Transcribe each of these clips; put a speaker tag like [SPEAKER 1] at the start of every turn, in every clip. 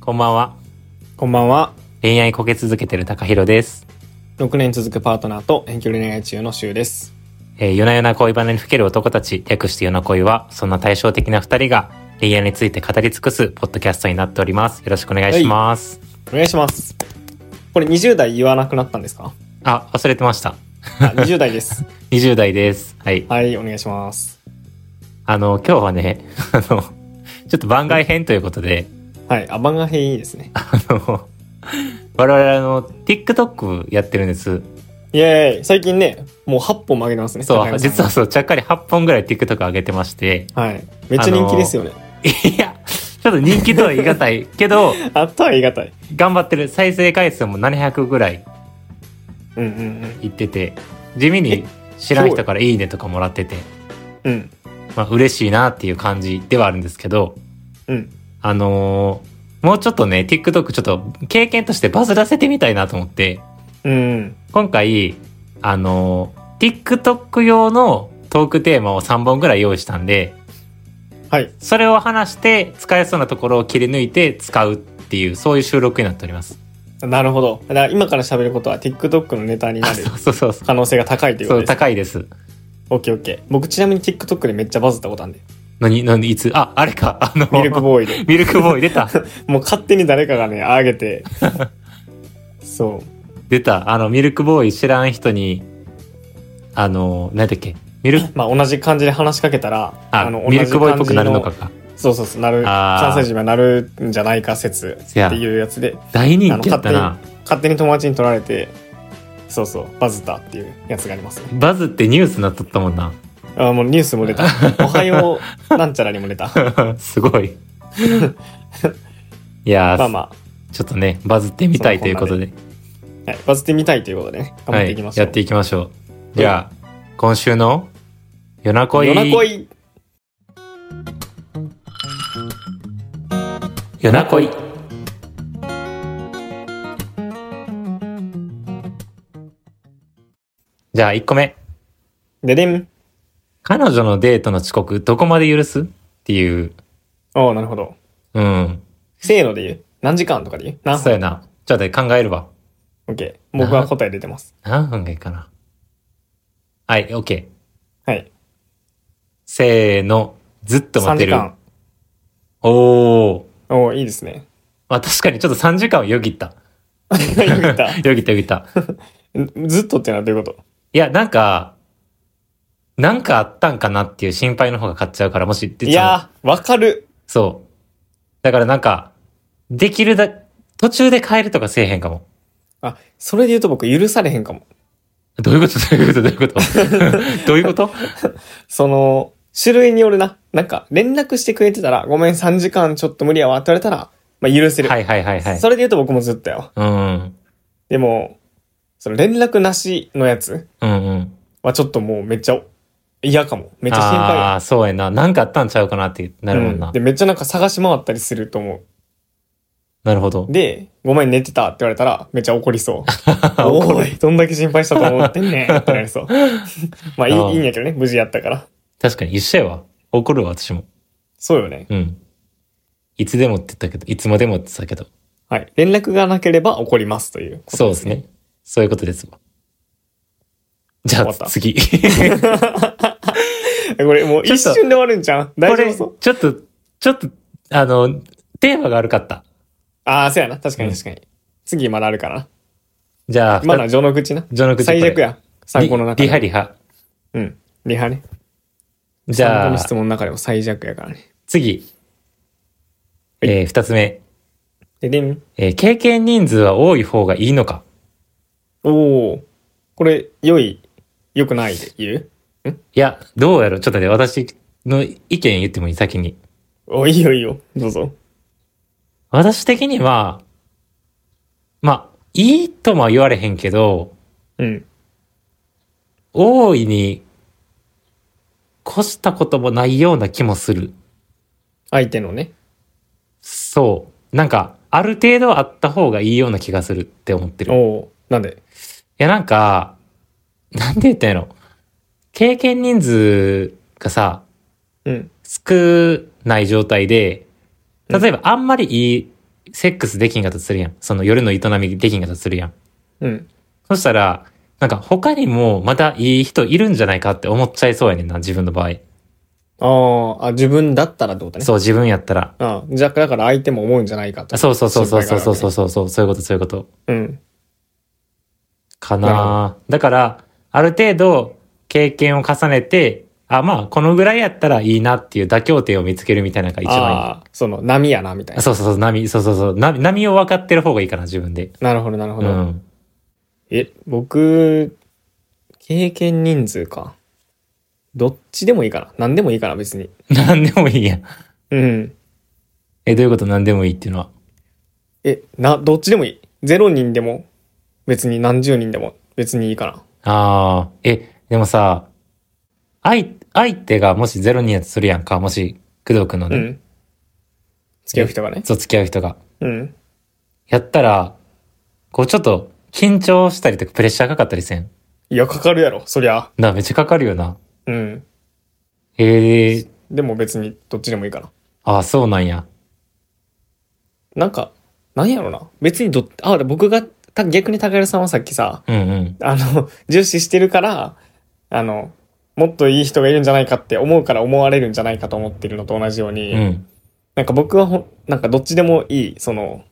[SPEAKER 1] こんばんは。
[SPEAKER 2] こんばんは。
[SPEAKER 1] 恋愛こけ続けてる高弘です。
[SPEAKER 2] 6年続くパートナーと遠距離恋愛中のシュウです。
[SPEAKER 1] えー夜な夜な恋バナにふける男たち、略して夜な恋は、そんな対照的な二人が恋愛について語り尽くすポッドキャストになっております。よろしくお願いします。
[SPEAKER 2] お願いします。これ20代言わなくなったんですか
[SPEAKER 1] あ、忘れてました。
[SPEAKER 2] あ ?20 代です。
[SPEAKER 1] 20代です。はい。
[SPEAKER 2] はい、お願いします。
[SPEAKER 1] あの、今日はね、 あの、ちょっと番外編ということで、
[SPEAKER 2] はい、アバンガヘイですね。
[SPEAKER 1] あの、我々あの、TikTok やってるんです。
[SPEAKER 2] イェーイ最近ね、もう8本曲げてますね。
[SPEAKER 1] そ
[SPEAKER 2] 高
[SPEAKER 1] う、
[SPEAKER 2] 山さん
[SPEAKER 1] 実は。そう、ちゃっかり8本ぐらい TikTok 上げてまして、
[SPEAKER 2] はい。めっちゃ人気ですよね。
[SPEAKER 1] いや、ちょっと人気とは言い難いけど、
[SPEAKER 2] あとは言い難い。
[SPEAKER 1] 頑張ってる再生回数も700ぐらい
[SPEAKER 2] うんう
[SPEAKER 1] い
[SPEAKER 2] ん
[SPEAKER 1] ってて地味に知らん人から「いいね」とかもらってて、
[SPEAKER 2] うん。うん。
[SPEAKER 1] まあ嬉しいなっていう感じではあるんですけど
[SPEAKER 2] うん。
[SPEAKER 1] あのーもうちょっとね TikTok ちょっと経験としてバズらせてみたいなと思って
[SPEAKER 2] うん。
[SPEAKER 1] 今回あのー TikTok 用のトークテーマを3本ぐらい用意したんで
[SPEAKER 2] はい。
[SPEAKER 1] それを話して使えそうなところを切り抜いて使うっていうそういう収録になっております。
[SPEAKER 2] なるほど。だから今から喋ることは TikTok のネタに
[SPEAKER 1] あ
[SPEAKER 2] なる
[SPEAKER 1] そうそうそうそう
[SPEAKER 2] 可能性が高いというこ
[SPEAKER 1] そ
[SPEAKER 2] と
[SPEAKER 1] う
[SPEAKER 2] です。
[SPEAKER 1] 高いです。
[SPEAKER 2] オッケーオッケー。僕ちなみに TikTok でめっちゃバズったことあるんで。
[SPEAKER 1] 何何いつああれかあの
[SPEAKER 2] ミルクボーイで。
[SPEAKER 1] ミルクボーイ出た
[SPEAKER 2] もう勝手に誰かがね、あげて。そ
[SPEAKER 1] 出たあのミルクボーイ知らん人にあの何だっけミルク
[SPEAKER 2] う。まあ、同じ感じで話しかけたら、
[SPEAKER 1] あ
[SPEAKER 2] の、
[SPEAKER 1] ミルクボーイっぽくなるのか。か
[SPEAKER 2] そうそうそう、なる、
[SPEAKER 1] あー
[SPEAKER 2] 関西人はなるんじゃないか説
[SPEAKER 1] せや
[SPEAKER 2] っていうやつで、
[SPEAKER 1] 大人気だったな
[SPEAKER 2] 勝手に友達に取られて、そうそう、バズったっていうやつがありますね。
[SPEAKER 1] バズってニュースになっとったもんな
[SPEAKER 2] あもうニュースも出た。おはよう、なんちゃらにも出 た。
[SPEAKER 1] すご いいやー、
[SPEAKER 2] まあま
[SPEAKER 1] ちょっとねバズってみたいということで
[SPEAKER 2] あ、はい、バズってみたいということでね、頑張っていきましょう。
[SPEAKER 1] やっていきましょうじゃあ今週の「夜な恋
[SPEAKER 2] 夜な恋
[SPEAKER 1] 夜な恋じゃあ1個目
[SPEAKER 2] ででん。
[SPEAKER 1] 彼女のデートの遅刻どこまで許すっていう
[SPEAKER 2] おおなるほど。
[SPEAKER 1] うん
[SPEAKER 2] せーので言う。何時間とかで言う何
[SPEAKER 1] そう
[SPEAKER 2] 分
[SPEAKER 1] やなちょっと待って考えるわ
[SPEAKER 2] ?OK。僕は答え出てます。
[SPEAKER 1] 何分がいいかなはい OK
[SPEAKER 2] はい。
[SPEAKER 1] せーのずっと待ってる
[SPEAKER 2] 3時間
[SPEAKER 1] おお
[SPEAKER 2] おおいいで すね。
[SPEAKER 1] まあ確かにちょっと3時間をよぎった
[SPEAKER 2] よく言っ た
[SPEAKER 1] よぎったよぎった
[SPEAKER 2] ずっとってのはどういうこと
[SPEAKER 1] いやなんかなんかあったんかなっていう心配の方が勝っちゃうからもし
[SPEAKER 2] いやー、わかる。
[SPEAKER 1] そう。だからなんか、できるだ、途中で変えるとかせえへんかも。
[SPEAKER 2] あ、それで言うと僕許されへんかも。
[SPEAKER 1] どういうことどういうことどういうこと どういうこと
[SPEAKER 2] その、種類によるな。なんか、連絡してくれてたら、ごめん3時間ちょっと無理やわって言われたら、まあ許せる。
[SPEAKER 1] はいはいはいはい
[SPEAKER 2] そ。れで言うと僕もずっとやわ。
[SPEAKER 1] うん。
[SPEAKER 2] でも、その連絡なしのやつ
[SPEAKER 1] うんうん。
[SPEAKER 2] はちょっともうめっちゃ嫌かも。めっちゃ心配
[SPEAKER 1] あ
[SPEAKER 2] や。
[SPEAKER 1] あー、そうやな。なんかあったんちゃうかなってなるもんな。
[SPEAKER 2] うんで、めっちゃなんか探し回ったりすると思
[SPEAKER 1] なるほど
[SPEAKER 2] う。。で、ごめん寝てたって言われたら、めっちゃ怒り そう。おい、どんだけ心配したと思ってんねんってなりそう。 まあいい
[SPEAKER 1] あー
[SPEAKER 2] いいんやけどね、無事やったから。
[SPEAKER 1] 確かに一緒やわ。怒るわ、私も。
[SPEAKER 2] そうよね。
[SPEAKER 1] うん。いつでもって言ったけど、いつまでもって言ったけど。
[SPEAKER 2] はい。連絡がなければ怒りますということ
[SPEAKER 1] そうですね。そういうことですわ。じゃ
[SPEAKER 2] 終
[SPEAKER 1] あ
[SPEAKER 2] わった
[SPEAKER 1] 次。
[SPEAKER 2] えこれもう
[SPEAKER 1] ちょっと
[SPEAKER 2] 一瞬で終わるんじゃん 大
[SPEAKER 1] こ
[SPEAKER 2] 丈夫
[SPEAKER 1] れ、ち
[SPEAKER 2] そ
[SPEAKER 1] ょ
[SPEAKER 2] う
[SPEAKER 1] っと、ちょっと、あの、テーマが悪かった。
[SPEAKER 2] ああ、そうやな。確か
[SPEAKER 1] うん
[SPEAKER 2] に確かに。次まだあるからな。
[SPEAKER 1] じゃあ、
[SPEAKER 2] 今のは序の口な。
[SPEAKER 1] 序の口これ
[SPEAKER 2] 最悪や。参考の中
[SPEAKER 1] リリハ
[SPEAKER 2] で。
[SPEAKER 1] リハ。
[SPEAKER 2] うん。リハね。
[SPEAKER 1] じ
[SPEAKER 2] 参
[SPEAKER 1] ゃ
[SPEAKER 2] 考の
[SPEAKER 1] あ、
[SPEAKER 2] 質問の中でも最弱やからね。
[SPEAKER 1] 次。えー、二つ目。
[SPEAKER 2] で、でん。
[SPEAKER 1] えー、経験人数は多い方がいいのか
[SPEAKER 2] おお。これ、良い、良くないで言う
[SPEAKER 1] いや、どうやろうちょっとね、私の意見言ってもいい先に。
[SPEAKER 2] おいいよいいよ。どうぞ。
[SPEAKER 1] 私的には、まあ、いいとも言われへんけど、
[SPEAKER 2] うん。
[SPEAKER 1] 大いに越したこともないような気もする。
[SPEAKER 2] 相手のね。
[SPEAKER 1] そう。なんか、ある程度あった方がいいような気がするって思ってる
[SPEAKER 2] お。お。なんで
[SPEAKER 1] いや、なんか、なんて言ったんやろ。経験人数がさ、
[SPEAKER 2] うん。
[SPEAKER 1] 少ない状態で、例えばあんまりいいセックスできんかったとするやん。その夜の営みできんかったとするやん。
[SPEAKER 2] うん。
[SPEAKER 1] そしたら、なんか他にもまたいい人いるんじゃないかって思っちゃいそうやねんな、自分の場合。
[SPEAKER 2] あーあ、自分だったらってことね。
[SPEAKER 1] そう、自分やったら。
[SPEAKER 2] ああ、じゃあ、だから相手も思うんじゃないかと。。
[SPEAKER 1] そうそうそうそうそうそうそううそうそう、そういうこと、そういうこと。
[SPEAKER 2] うん。
[SPEAKER 1] か
[SPEAKER 2] なるほ
[SPEAKER 1] なだから、ある程度経験を重ねて、あ、まあ、このぐらいやったらいいなっていう妥協点を見つけるみたいなのが一番いい。
[SPEAKER 2] ああ、その、波やな、みたいな。
[SPEAKER 1] そうそうそう、波、そうそうそう、波波を分かってる方がいいかな、自分で。
[SPEAKER 2] なるほど、なるほ
[SPEAKER 1] う
[SPEAKER 2] ど。
[SPEAKER 1] ん。
[SPEAKER 2] え、僕、経験人数か。どっちでもいいかな。何でもいいかな、別に。
[SPEAKER 1] 何でもいいやん。
[SPEAKER 2] うん。
[SPEAKER 1] え、どういうこと何でもいいっていうのは。
[SPEAKER 2] え、な、どっちでもいい。ゼロ人でも、別に何十人でも、別にいいかな。
[SPEAKER 1] ああ、え、でもさ、相、相手がもしゼロ人やとするやんか、もし、工藤くんの
[SPEAKER 2] う
[SPEAKER 1] ね、
[SPEAKER 2] ん。付き合う人がね。
[SPEAKER 1] そう付き合う人が。
[SPEAKER 2] うん。
[SPEAKER 1] やったら、こうちょっと緊張したりとかプレッシャーかかったりせん。
[SPEAKER 2] いや、かかるやろ、そりゃ。
[SPEAKER 1] な、めっちゃかかるよな。
[SPEAKER 2] うん。
[SPEAKER 1] ええー、
[SPEAKER 2] でも別に、どっちでもいいかな。
[SPEAKER 1] ああ、そうなんや。
[SPEAKER 2] なんか、なんやろな。別にどっ、あ、僕が、た逆に高原さんはさっきさ、
[SPEAKER 1] うんうん。
[SPEAKER 2] あの、 重視してるから、あの、もっといい人がいるんじゃないかって思うから思われるんじゃないかと思ってるのと同じように、
[SPEAKER 1] うん。
[SPEAKER 2] なんか僕はほん、なんかどっちでもいい、その、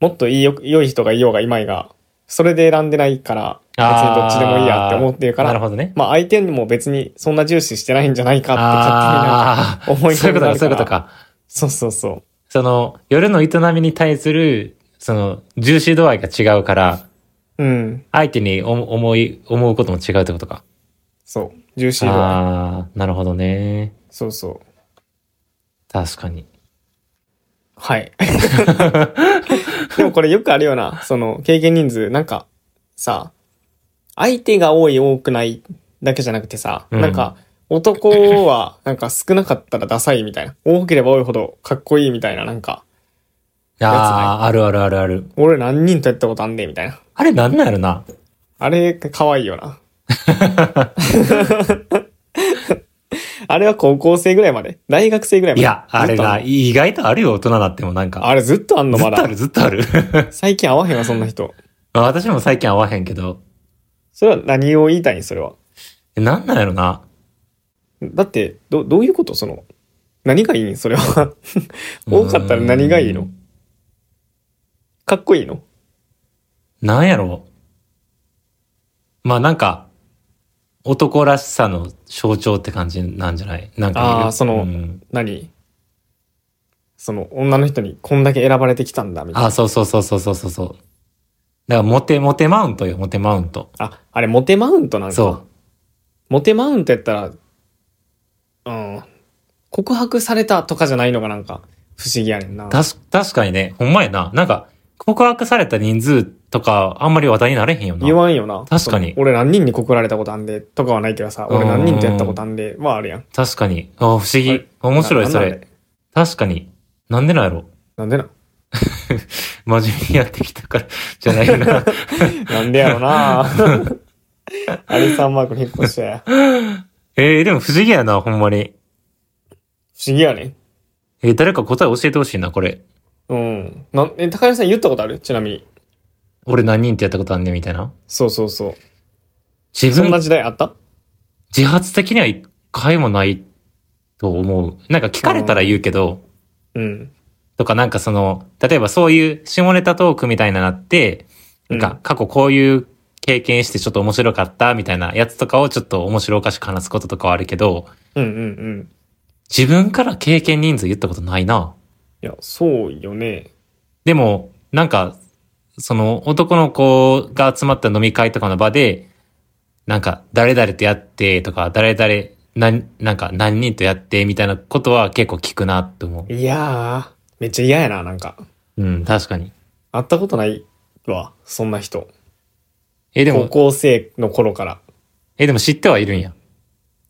[SPEAKER 2] もっといいよ、良い人がいようがいまいが、それで選んでないから、別にどっちでもいいやって思ってるか
[SPEAKER 1] なる
[SPEAKER 2] ら、
[SPEAKER 1] ほどね。
[SPEAKER 2] まあ相手にも別にそんな重視してないんじゃないかって勝
[SPEAKER 1] あ
[SPEAKER 2] 手になんか思い
[SPEAKER 1] そう
[SPEAKER 2] 込
[SPEAKER 1] い
[SPEAKER 2] み
[SPEAKER 1] うこ
[SPEAKER 2] に
[SPEAKER 1] とか、そういう
[SPEAKER 2] なるか
[SPEAKER 1] こと
[SPEAKER 2] ら。
[SPEAKER 1] か。
[SPEAKER 2] そうそうそう。
[SPEAKER 1] その、夜の営みに対する、その、重視度合いが違うから、
[SPEAKER 2] うん。
[SPEAKER 1] 相手に思思い、思うことも違うってことか。
[SPEAKER 2] そう。重視度は。
[SPEAKER 1] ああ、なるほどね。
[SPEAKER 2] そうそう。
[SPEAKER 1] 確かに。
[SPEAKER 2] はい。 でもこれよくあるよな。その、経験人数、なんか、さ、相手が多い多くないだけじゃなくてさ、
[SPEAKER 1] うん
[SPEAKER 2] なんか、男は、なんか少なかったらダサいみたいな。多ければ多いほどかっこいいみたいな、なんか、
[SPEAKER 1] ああ、あるあるあるある。
[SPEAKER 2] 俺何人とやったことあんねんみたいな。
[SPEAKER 1] あれなんなんやろな。
[SPEAKER 2] あれ、可愛い よな。あれは高校生ぐらいまで大学生ぐらいま
[SPEAKER 1] い
[SPEAKER 2] で
[SPEAKER 1] や、あれな、
[SPEAKER 2] ずっと
[SPEAKER 1] 意外とあるよ、大人になってもなん
[SPEAKER 2] あんの
[SPEAKER 1] か。
[SPEAKER 2] あれずっとあんの
[SPEAKER 1] ずっ
[SPEAKER 2] ま
[SPEAKER 1] とあ
[SPEAKER 2] だ。
[SPEAKER 1] る、ずっとある。
[SPEAKER 2] 最近会わへんわ、そんな人。
[SPEAKER 1] 私も最近会わへんけど。
[SPEAKER 2] それは何を言いたいんそれは。
[SPEAKER 1] なんなんやろな。
[SPEAKER 2] だって、ど、どういうことその、何がいいんそ れは。多かったら何がいいのかっこいいの
[SPEAKER 1] なんやろまあなんか、男らしさの象徴って感じなんじゃないなんかいる
[SPEAKER 2] あーその
[SPEAKER 1] うん
[SPEAKER 2] 何その、女の人にこんだけ選ばれてきたんだ、みたい
[SPEAKER 1] あ
[SPEAKER 2] な。
[SPEAKER 1] ー、そうそうそうそうそうそうそう。だからモテ、モテマウントよ、モテマウント。
[SPEAKER 2] あ、あれ、モテマウントなんか。
[SPEAKER 1] そう。
[SPEAKER 2] モテマウントやったら、うん。告白されたとかじゃないのがなんか、不思議やねんな。
[SPEAKER 1] たし、確かにね、ほんまやな。なんか、告白された人数とか、あんまり話題になれへんよ
[SPEAKER 2] 言
[SPEAKER 1] な。
[SPEAKER 2] わんよな。
[SPEAKER 1] 確かに
[SPEAKER 2] その俺何人に告られたことあんで、とかはないけどさ、俺何人とやったことあんで、はあるやん。
[SPEAKER 1] 確かに。ああ、不思
[SPEAKER 2] あ
[SPEAKER 1] 議
[SPEAKER 2] れ。
[SPEAKER 1] 面白い、
[SPEAKER 2] な
[SPEAKER 1] そ。
[SPEAKER 2] なん
[SPEAKER 1] れ。
[SPEAKER 2] で
[SPEAKER 1] 確かに。なんでなんやろ
[SPEAKER 2] なんでな。
[SPEAKER 1] 真面目にやってきたから、じゃないよ な。
[SPEAKER 2] なんでや ろなアリサンマークに引っ越して。
[SPEAKER 1] えー、でも不思議やな、ほんまに。
[SPEAKER 2] 不思議やね。
[SPEAKER 1] えー誰か答え教えてほしいな、これ。
[SPEAKER 2] うん。な、え、高山さん言ったことあるちなみに。
[SPEAKER 1] 俺何人ってやったことあんねんみたいな。
[SPEAKER 2] そうそうそう。
[SPEAKER 1] 自
[SPEAKER 2] そんな
[SPEAKER 1] 分、
[SPEAKER 2] 時代あった
[SPEAKER 1] 自発的には一回もないと思う。なんか聞かれたら言うけど、
[SPEAKER 2] うん。
[SPEAKER 1] とかなんかその、例えばそういう下ネタトークみたいなのあって、なんか過去こういう経験してちょっと面白かったみたいなやつとかをちょっと面白おかしく話すこととかはあるけど、
[SPEAKER 2] うんうんうん。
[SPEAKER 1] 自分から経験人数言ったことないな。
[SPEAKER 2] いや、そうよね。
[SPEAKER 1] でも、なんか、その男の子が集まった飲み会とかの場で、なんか、誰々とやってとか、誰々、なん、なんか何人とやってみたいなことは結構聞くなって思
[SPEAKER 2] いやー、めっちゃ嫌やな、なんか。
[SPEAKER 1] う。うん、確かに。
[SPEAKER 2] 会ったことないわ、そんな人。
[SPEAKER 1] え、で
[SPEAKER 2] 高
[SPEAKER 1] も、
[SPEAKER 2] 校生の頃から。
[SPEAKER 1] え、でも知ってはいるんや。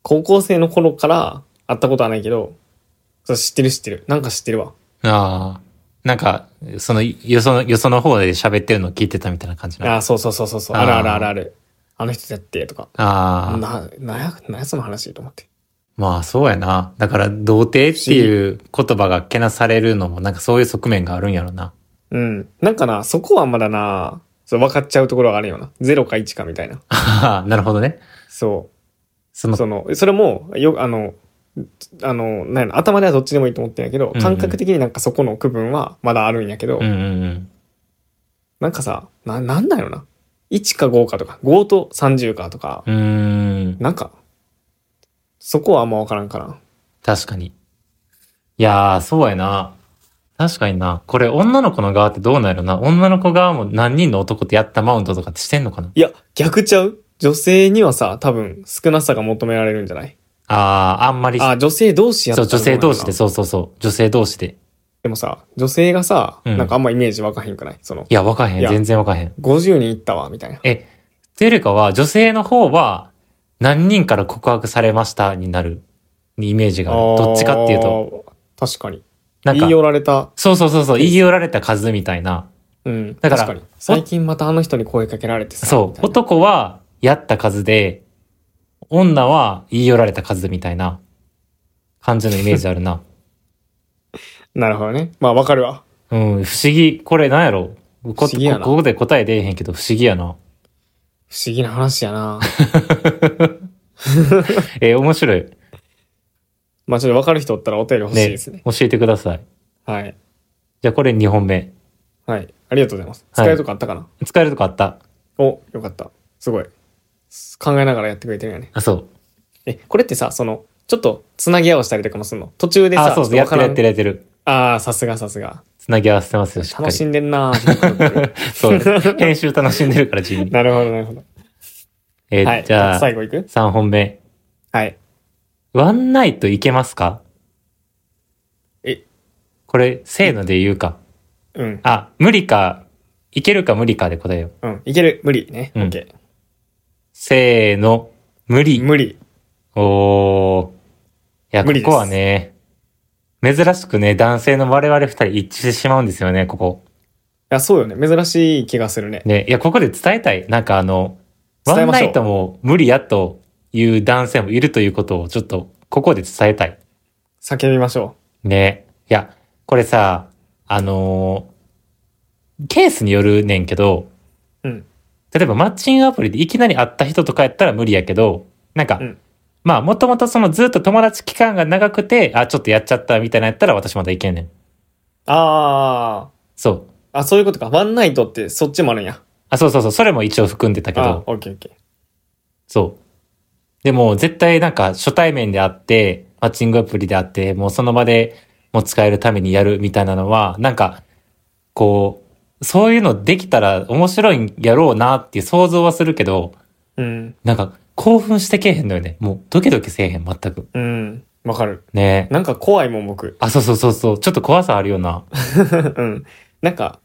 [SPEAKER 2] 高校生の頃から会ったことはないけど、そう知ってる知ってる。なんか知ってるわ。
[SPEAKER 1] ああ。なんか、その、よその、よその方で喋ってるの聞いてたみたいな感じな。あ
[SPEAKER 2] ああ、そうそうそうそうそう。
[SPEAKER 1] あー
[SPEAKER 2] あるあるあるある。あの人やって、とか。
[SPEAKER 1] あー。
[SPEAKER 2] な、なや、なやその話と思って。
[SPEAKER 1] まあそうやな。だから童貞っていう言葉がけなされるのもなんかそういう側面があるんやろな。
[SPEAKER 2] うん。なんかな、そこはまだな、そう分かっちゃうところがあるよな。0か1かみたいな。
[SPEAKER 1] ああなるほどね。
[SPEAKER 2] そ。
[SPEAKER 1] そう の、
[SPEAKER 2] その、それも、よ、あの、あの、なんやろ頭ではどっちでもいいと思ってんやけど
[SPEAKER 1] うんう、ん
[SPEAKER 2] 感覚的になんかそこの区分はまだあるんやけど、
[SPEAKER 1] うんうんうん。
[SPEAKER 2] なんかさ、な、なんだよな。1か5かとか、5と30かとか、
[SPEAKER 1] うーん、
[SPEAKER 2] なんか、そこはあんま分からんから。
[SPEAKER 1] 確かに。いやー、そうやな。確かにな。これ女の子の側ってどうなんやろな。女の子側も何人の男とやったマウントとかってしてんのかない
[SPEAKER 2] や、逆ちゃう女性にはさ、多分少なさが求められるんじゃない
[SPEAKER 1] あー、あんまり、
[SPEAKER 2] あ、女性同士やっ
[SPEAKER 1] そ
[SPEAKER 2] た
[SPEAKER 1] う、
[SPEAKER 2] ら
[SPEAKER 1] 女
[SPEAKER 2] ど
[SPEAKER 1] 性
[SPEAKER 2] なんか
[SPEAKER 1] 同士で、
[SPEAKER 2] な
[SPEAKER 1] そうそうそう、女性同士で。
[SPEAKER 2] でもさ、女性がさ、
[SPEAKER 1] うん
[SPEAKER 2] なんかあんまイメージわかへんくないその
[SPEAKER 1] い、や、わかへ
[SPEAKER 2] い
[SPEAKER 1] ん。
[SPEAKER 2] や
[SPEAKER 1] 全然わかへん。
[SPEAKER 2] 50人いったわ、みたいな。
[SPEAKER 1] え、というよりかは、女性の方は、何人から告白されましたになる、にイメージがある。どっちかっていうと、
[SPEAKER 2] と。確かに。
[SPEAKER 1] なん
[SPEAKER 2] 言
[SPEAKER 1] か
[SPEAKER 2] い、寄られた。
[SPEAKER 1] そうそうそうそう、言い寄られた数みたいな。
[SPEAKER 2] うん。
[SPEAKER 1] だから
[SPEAKER 2] 確かに。最近またあの人に声かけられてさ。
[SPEAKER 1] そ
[SPEAKER 2] みた
[SPEAKER 1] う、
[SPEAKER 2] いな
[SPEAKER 1] 男はやった数で、女は言い寄られた数みたいな感じのイメージあるな。
[SPEAKER 2] なるほどね。まあわかるわ。
[SPEAKER 1] うん、不思議。これなんやろこ
[SPEAKER 2] 不思議やな
[SPEAKER 1] ここで答え出えへんけど不思議やな。
[SPEAKER 2] 不思議な話 やな
[SPEAKER 1] えー面白い。
[SPEAKER 2] まあちょっとわかる人おったらお便り欲しい
[SPEAKER 1] ね、
[SPEAKER 2] ですね。
[SPEAKER 1] 教えてください。
[SPEAKER 2] はい。
[SPEAKER 1] じゃあこれ2本目。
[SPEAKER 2] はい。ありがとうございます。
[SPEAKER 1] は
[SPEAKER 2] 使
[SPEAKER 1] い
[SPEAKER 2] えるとこあったかな、
[SPEAKER 1] 使えるとこあった
[SPEAKER 2] お、よかった。すごい。考えながらやってくれてるよね。
[SPEAKER 1] あ、そう。
[SPEAKER 2] え、これってさ、その、ちょっと、つなぎ合わせたりとかもするの途中でさ、
[SPEAKER 1] あ、そうそう。
[SPEAKER 2] ちょ
[SPEAKER 1] や
[SPEAKER 2] っ
[SPEAKER 1] っ
[SPEAKER 2] と
[SPEAKER 1] てる
[SPEAKER 2] わから
[SPEAKER 1] や
[SPEAKER 2] ん
[SPEAKER 1] ってるやってる。
[SPEAKER 2] ああ、さすがさすが。
[SPEAKER 1] つなぎ合わせてますよ、しっか
[SPEAKER 2] 楽し
[SPEAKER 1] り。
[SPEAKER 2] んでんなー
[SPEAKER 1] そう。編集楽しんでるから、自分。
[SPEAKER 2] なるほど、なるほど。
[SPEAKER 1] えー
[SPEAKER 2] はい。
[SPEAKER 1] じゃあ、
[SPEAKER 2] 最後いく
[SPEAKER 1] 3本目。
[SPEAKER 2] はい。
[SPEAKER 1] ワンナイトいけますか
[SPEAKER 2] え
[SPEAKER 1] これ、せーので言うか。
[SPEAKER 2] うん。
[SPEAKER 1] あ、無理か、いけるか無理かで答えよう。
[SPEAKER 2] うん。いける。無理ね。オ
[SPEAKER 1] うん
[SPEAKER 2] ッケ
[SPEAKER 1] せーの、無
[SPEAKER 2] ー。
[SPEAKER 1] 理。
[SPEAKER 2] 無理。
[SPEAKER 1] おー。いや、こ
[SPEAKER 2] 無理です
[SPEAKER 1] こはね、珍しくね、男性の我々二人一致してしまうんですよね、ここ。
[SPEAKER 2] いや、そうよね。珍しい気がするね。
[SPEAKER 1] ね、いや、ここで伝えたい。なんかあの、
[SPEAKER 2] 伝
[SPEAKER 1] ワ
[SPEAKER 2] え
[SPEAKER 1] ン
[SPEAKER 2] ま
[SPEAKER 1] ナ
[SPEAKER 2] しょう
[SPEAKER 1] イトも無理やという男性もいるということをちょっと、ここで伝えたい。
[SPEAKER 2] 叫びましょ
[SPEAKER 1] ね。いや、これさ、あのーケースによるねんけど、
[SPEAKER 2] う。うん。
[SPEAKER 1] 例えばマッチングアプリでいきなり会った人とかやったら無理やけど、なんか、
[SPEAKER 2] うん
[SPEAKER 1] まあもともとそのずっと友達期間が長くて、あ、ちょっとやっちゃったみたいなやったら私まだいけんねん。
[SPEAKER 2] あ
[SPEAKER 1] そう。
[SPEAKER 2] あ。あ、そういうことか。ワンナイトってそっちもあるんや。
[SPEAKER 1] あ、そうそうそう、それも一応含んでたけ
[SPEAKER 2] あー
[SPEAKER 1] ど、
[SPEAKER 2] オッケーオッケー。
[SPEAKER 1] そう。でも絶対なんか初対面であって、マッチングアプリであって、もうその場でもう使えるためにやるみたいなのは、なんか、こう、そういうのできたら面白いんやろうなっていう想像はするけど、
[SPEAKER 2] うん。
[SPEAKER 1] なんか興奮してけえへんのよね。もうドキドキせえへん、全く。
[SPEAKER 2] うん。わかる。
[SPEAKER 1] ねえ。
[SPEAKER 2] なんか怖いもん、僕。
[SPEAKER 1] あ、そうそうそうそう。ちょっと怖さあるよな。
[SPEAKER 2] うん。なんか、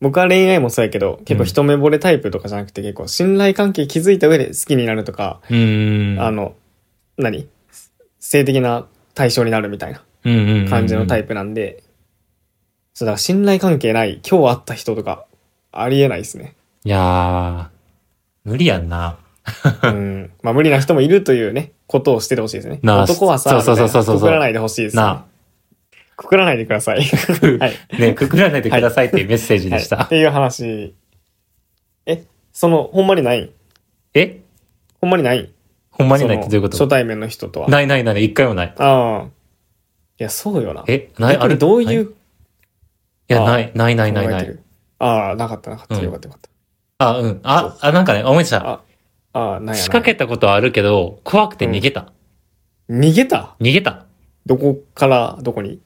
[SPEAKER 2] 僕は恋愛もそうやけど、結構一目惚れタイプとかじゃなくて、結構信頼関係築いた上で好きになるとか、
[SPEAKER 1] うーん。
[SPEAKER 2] あの、何性的な対象になるみたいな
[SPEAKER 1] うんうんうんうん
[SPEAKER 2] 感じのタイプなんで、そうだから信頼関係ない、今日会った人とか、ありえないで すね。
[SPEAKER 1] いやー、無理やんな。
[SPEAKER 2] うん。まあ無理な人もいるというね、ことをしててほしいですね。
[SPEAKER 1] なあ
[SPEAKER 2] 男はさ、
[SPEAKER 1] そうそうそうそうそう
[SPEAKER 2] みたいなくくらないでほしいです、ね。
[SPEAKER 1] な
[SPEAKER 2] くくらないでください。はい。
[SPEAKER 1] あ。ね、くくらないでくださいっていうメッセージでした。
[SPEAKER 2] はいっていう話。え、その、ほんまにない
[SPEAKER 1] え
[SPEAKER 2] ほんまにない
[SPEAKER 1] ほんまにないって
[SPEAKER 2] そ
[SPEAKER 1] どう
[SPEAKER 2] の
[SPEAKER 1] いうこと
[SPEAKER 2] 初対面の人とは。あ
[SPEAKER 1] ないないない、一回もない。
[SPEAKER 2] あ。いや、そうよな。
[SPEAKER 1] えない
[SPEAKER 2] 逆に
[SPEAKER 1] ある
[SPEAKER 2] どういう考
[SPEAKER 1] いや、
[SPEAKER 2] あ
[SPEAKER 1] ない、ないな
[SPEAKER 2] え
[SPEAKER 1] い
[SPEAKER 2] て
[SPEAKER 1] ない
[SPEAKER 2] る
[SPEAKER 1] ない。
[SPEAKER 2] ああ、なかったなかった。
[SPEAKER 1] うん
[SPEAKER 2] よかったよかっ
[SPEAKER 1] あ、うん。あ、あ、なんかね、思い出した。
[SPEAKER 2] あた。ああ、なんやなんや
[SPEAKER 1] 仕掛けたことはあるけど、怖くて逃げた。
[SPEAKER 2] 逃げた
[SPEAKER 1] 逃げた。
[SPEAKER 2] どこからどこに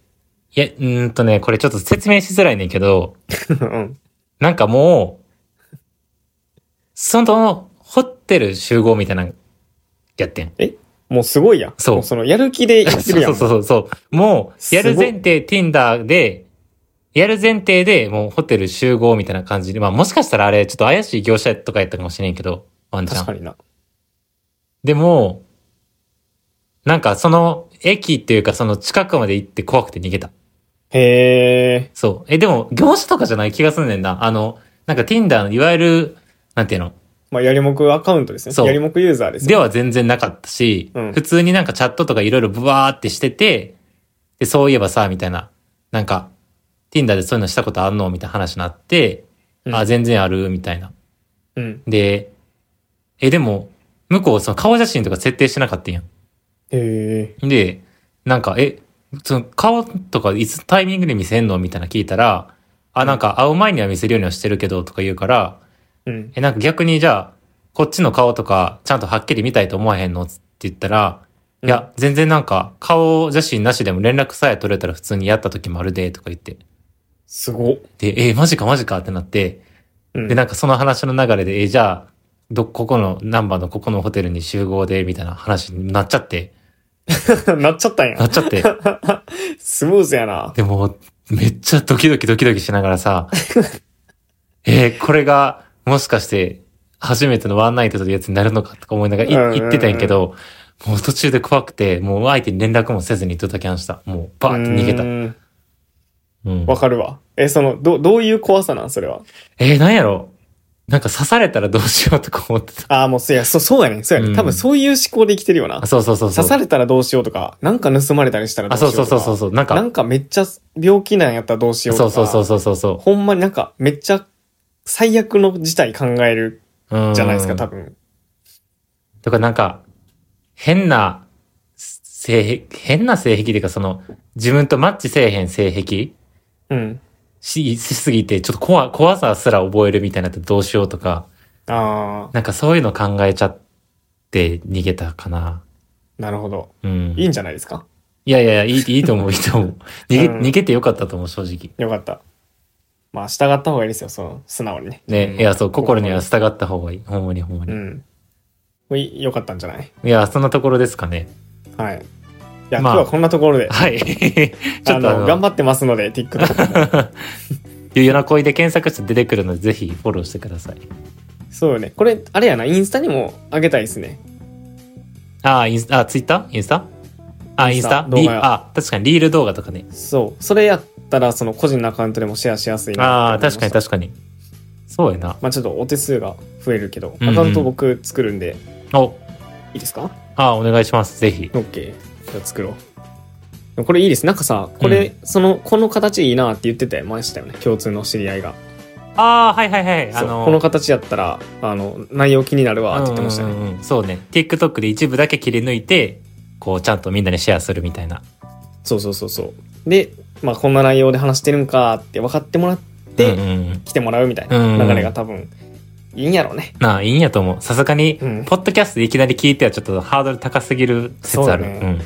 [SPEAKER 1] いや、うーんとね、これちょっと説明しづらいねんけど、
[SPEAKER 2] うん。
[SPEAKER 1] なんかもう、その、ホテル集合みたいな、やってん。
[SPEAKER 2] もうすごいやん。
[SPEAKER 1] そう
[SPEAKER 2] もその、やる気でやって
[SPEAKER 1] そ
[SPEAKER 2] る
[SPEAKER 1] う
[SPEAKER 2] や
[SPEAKER 1] そ
[SPEAKER 2] ん。
[SPEAKER 1] うそうそう。もう、やる
[SPEAKER 2] すご
[SPEAKER 1] 前
[SPEAKER 2] い
[SPEAKER 1] 提 Tinder で、やる前提でもうホテル集合みたいな感じで、まあもしかしたらあれちょっと怪しい業者とかやったかもしれんけど、ワンちゃ
[SPEAKER 2] 確か
[SPEAKER 1] ん。
[SPEAKER 2] にな。
[SPEAKER 1] でも、なんかその駅っていうかその近くまで行って怖くて逃げた。
[SPEAKER 2] へえ。
[SPEAKER 1] そう。え、でも業者とかじゃない気がすんねんな。あの、なんか Tinder のいわゆる、なんていうの
[SPEAKER 2] まあ、やりもくアカウントですね。
[SPEAKER 1] そう
[SPEAKER 2] やりもくユーザーです
[SPEAKER 1] で
[SPEAKER 2] よ。
[SPEAKER 1] は全然なかったし、
[SPEAKER 2] うん
[SPEAKER 1] 普通になんかチャットとかいろいろブワーってしてて、で、そういえばさ、みたいな、なんか、Tinder でそういうのしたことあんのみたいな話になって、
[SPEAKER 2] うん
[SPEAKER 1] あ、全然ある、みたいな。
[SPEAKER 2] うん。
[SPEAKER 1] で、え、でも、向こう、その顔写真とか設定してなかったんや
[SPEAKER 2] へえ。
[SPEAKER 1] ん。で、なんか、え、その顔とかいつタイミングで見せんのみたいな聞いたら、あ、なんか会う前には見せるようにはしてるけど、とか言うから、
[SPEAKER 2] うん。
[SPEAKER 1] え、なんか逆にじゃあ、こっちの顔とか、ちゃんとはっきり見たいと思わへんのって言ったら、いや、全然なんか、顔写真なしでも連絡さえ取れたら普通にやった時もあるで、とか言って。
[SPEAKER 2] すごっ。
[SPEAKER 1] で、えマジかマジかってなって、
[SPEAKER 2] うん
[SPEAKER 1] で、なんかその話の流れで、えじゃあ、ど、ここの、ナンバーのここのホテルに集合で、みたいな話になっちゃって、
[SPEAKER 2] なっちゃったん
[SPEAKER 1] な
[SPEAKER 2] や
[SPEAKER 1] っ。ちゃ って。
[SPEAKER 2] スムーズやな。
[SPEAKER 1] でも、めっちゃドキドキドキドキしながら さ、えーこれが、もしかして、初めてのワンナイトというやつになるのかとか思いながらい
[SPEAKER 2] うんうんうん
[SPEAKER 1] 言ってたんやけど、もう途中で怖くて、もう相手に連絡もせずにドタキャンした。もう、バーって逃げた
[SPEAKER 2] う。ーん
[SPEAKER 1] うん
[SPEAKER 2] わかるわ。え、その、ど、どういう怖さなんそれは。
[SPEAKER 1] えー、なんやろなんか刺されたらどうしようとか思ってた。
[SPEAKER 2] ああ、もう、そういや、そう、そうやねん。そうやね
[SPEAKER 1] うん
[SPEAKER 2] ん。多分そういう思考で生きてるよな
[SPEAKER 1] あ、。そうそうそうそう。
[SPEAKER 2] 刺されたらどうしようとか、なんか盗まれたりしたらど
[SPEAKER 1] あ、
[SPEAKER 2] うしよ
[SPEAKER 1] そうう
[SPEAKER 2] とか。
[SPEAKER 1] そうそうそうそう。なんか、
[SPEAKER 2] なんかめっちゃ病気なんやったらどうしよう
[SPEAKER 1] そう
[SPEAKER 2] とか。
[SPEAKER 1] そうそうそうそうそ
[SPEAKER 2] ほんまになんかめっちゃ最悪の事態考える
[SPEAKER 1] う。うん
[SPEAKER 2] じゃないですか、多分。
[SPEAKER 1] とかなんか、変な性癖、変な性癖っていうかその、自分とマッチせえへん性癖
[SPEAKER 2] うん。
[SPEAKER 1] ししすぎて、ちょっと怖、怖さすら覚えるみたいになってどうしようとか、
[SPEAKER 2] あ
[SPEAKER 1] なんかそういうの考えちゃって逃げたかな。
[SPEAKER 2] あ、なるほど。
[SPEAKER 1] うん。
[SPEAKER 2] いいんじゃないですか
[SPEAKER 1] いやいや、いい、いいと思う、いいと思 う。逃げ、
[SPEAKER 2] うん
[SPEAKER 1] 逃げてよかったと思う、正直。
[SPEAKER 2] よかった。まあ、従った方がいいですよ、その、素直にね。
[SPEAKER 1] ね、
[SPEAKER 2] ん
[SPEAKER 1] いや、そう、心には従った方がいい。ほんまにほんま
[SPEAKER 2] う
[SPEAKER 1] に。
[SPEAKER 2] ん。もういよかったんじゃない
[SPEAKER 1] いや、そんなところですかね。
[SPEAKER 2] はい。いや、
[SPEAKER 1] まあ
[SPEAKER 2] 今日はこんなところで。
[SPEAKER 1] はい。 ちょ
[SPEAKER 2] あ
[SPEAKER 1] っとあ
[SPEAKER 2] の、
[SPEAKER 1] の、
[SPEAKER 2] 頑張ってますので、TikTok も。
[SPEAKER 1] 夜な恋で検索して出てくるので、ぜひフォローしてください。
[SPEAKER 2] そうよね。これ、あれやな、インスタにも上げたいですね。
[SPEAKER 1] あー、インスタ、あ、ツイッターインスタあ、イ
[SPEAKER 2] イ
[SPEAKER 1] ン
[SPEAKER 2] ン
[SPEAKER 1] ス
[SPEAKER 2] ス
[SPEAKER 1] タ
[SPEAKER 2] タ
[SPEAKER 1] リ
[SPEAKER 2] 動画
[SPEAKER 1] あ、確かにリール動画とかね。
[SPEAKER 2] そう。それやったら、その、個人のアカウントでもシェアしやすいな。
[SPEAKER 1] ああ、確かに。確かに。そうやな。
[SPEAKER 2] まあ、ちょっとお手数が増えるけど、
[SPEAKER 1] うんうん
[SPEAKER 2] アカウント僕作るんで、
[SPEAKER 1] お、
[SPEAKER 2] いいですか
[SPEAKER 1] あーお願いします。ぜひ。
[SPEAKER 2] ?OK。じゃあ作ろう。でもこれいいです。なんかさ、これ、その、この形いいなって言っててましたよね。共通の知り合いが。
[SPEAKER 1] ああ、はいはいはい。あ
[SPEAKER 2] そう
[SPEAKER 1] の、
[SPEAKER 2] この形やったら、あの、内容気になるわって言ってました
[SPEAKER 1] うん
[SPEAKER 2] ね。
[SPEAKER 1] うんうんうんそうね。TikTok で一部だけ切り抜いて、こう、ちゃんとみんなにシェアするみたいな。
[SPEAKER 2] そうそうそうそう。で、まあ、こんな内容で話してるんかって分かってもらって、
[SPEAKER 1] うんうんうん
[SPEAKER 2] 来てもらうみたい
[SPEAKER 1] うんう
[SPEAKER 2] なん流れが多分、いいんやろうね。
[SPEAKER 1] なあ、いいんやと思う。さすがに、
[SPEAKER 2] うん
[SPEAKER 1] ポッドキャストでいきなり聞いてはちょっとハードル高すぎる説ある。う
[SPEAKER 2] そうね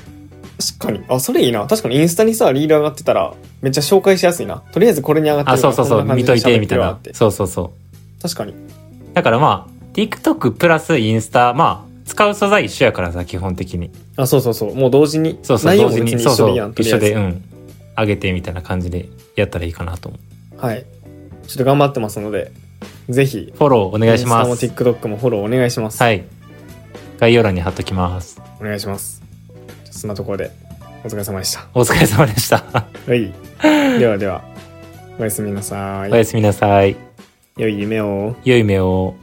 [SPEAKER 2] 確かに。あ、それいいな。確かにインスタにさ、リール上がってたら、めっちゃ紹介しやすいな。とりあえずこれに上がって
[SPEAKER 1] ん。あ、
[SPEAKER 2] るか
[SPEAKER 1] そう
[SPEAKER 2] ら
[SPEAKER 1] そうそう、
[SPEAKER 2] こんな
[SPEAKER 1] 見と
[SPEAKER 2] 感
[SPEAKER 1] い
[SPEAKER 2] じで
[SPEAKER 1] て、
[SPEAKER 2] 喋っ
[SPEAKER 1] みたい
[SPEAKER 2] るわ
[SPEAKER 1] な
[SPEAKER 2] っ。て
[SPEAKER 1] そうそうそう。
[SPEAKER 2] 確かに。
[SPEAKER 1] だからまあ、TikTok プラスインスタ、まあ、使う素材一緒やからさ、基本的に。
[SPEAKER 2] あ、そうそうそう。もう同時に。
[SPEAKER 1] そうそう、
[SPEAKER 2] 内
[SPEAKER 1] 同
[SPEAKER 2] 容も
[SPEAKER 1] 時
[SPEAKER 2] 別に
[SPEAKER 1] に、
[SPEAKER 2] 一
[SPEAKER 1] そう
[SPEAKER 2] 緒
[SPEAKER 1] そ
[SPEAKER 2] でいういやん。、と
[SPEAKER 1] 一
[SPEAKER 2] り
[SPEAKER 1] 緒
[SPEAKER 2] あえ
[SPEAKER 1] で、
[SPEAKER 2] ず
[SPEAKER 1] うん。上げてみたいな感じでやったらいいかなと思う。
[SPEAKER 2] はい。ちょっと頑張ってますので、ぜひ、
[SPEAKER 1] フォローお願いしま
[SPEAKER 2] イン
[SPEAKER 1] す
[SPEAKER 2] ス。タも TikTok もフォローお願いします。
[SPEAKER 1] はい。概要欄に貼っときます。
[SPEAKER 2] お願いします。じゃあそんなところで、お疲れ様でした。
[SPEAKER 1] お疲れ様でした。
[SPEAKER 2] はい。ではでは、おやすみなさ
[SPEAKER 1] おやすみなさい。
[SPEAKER 2] い。良い夢を。
[SPEAKER 1] 良い目を。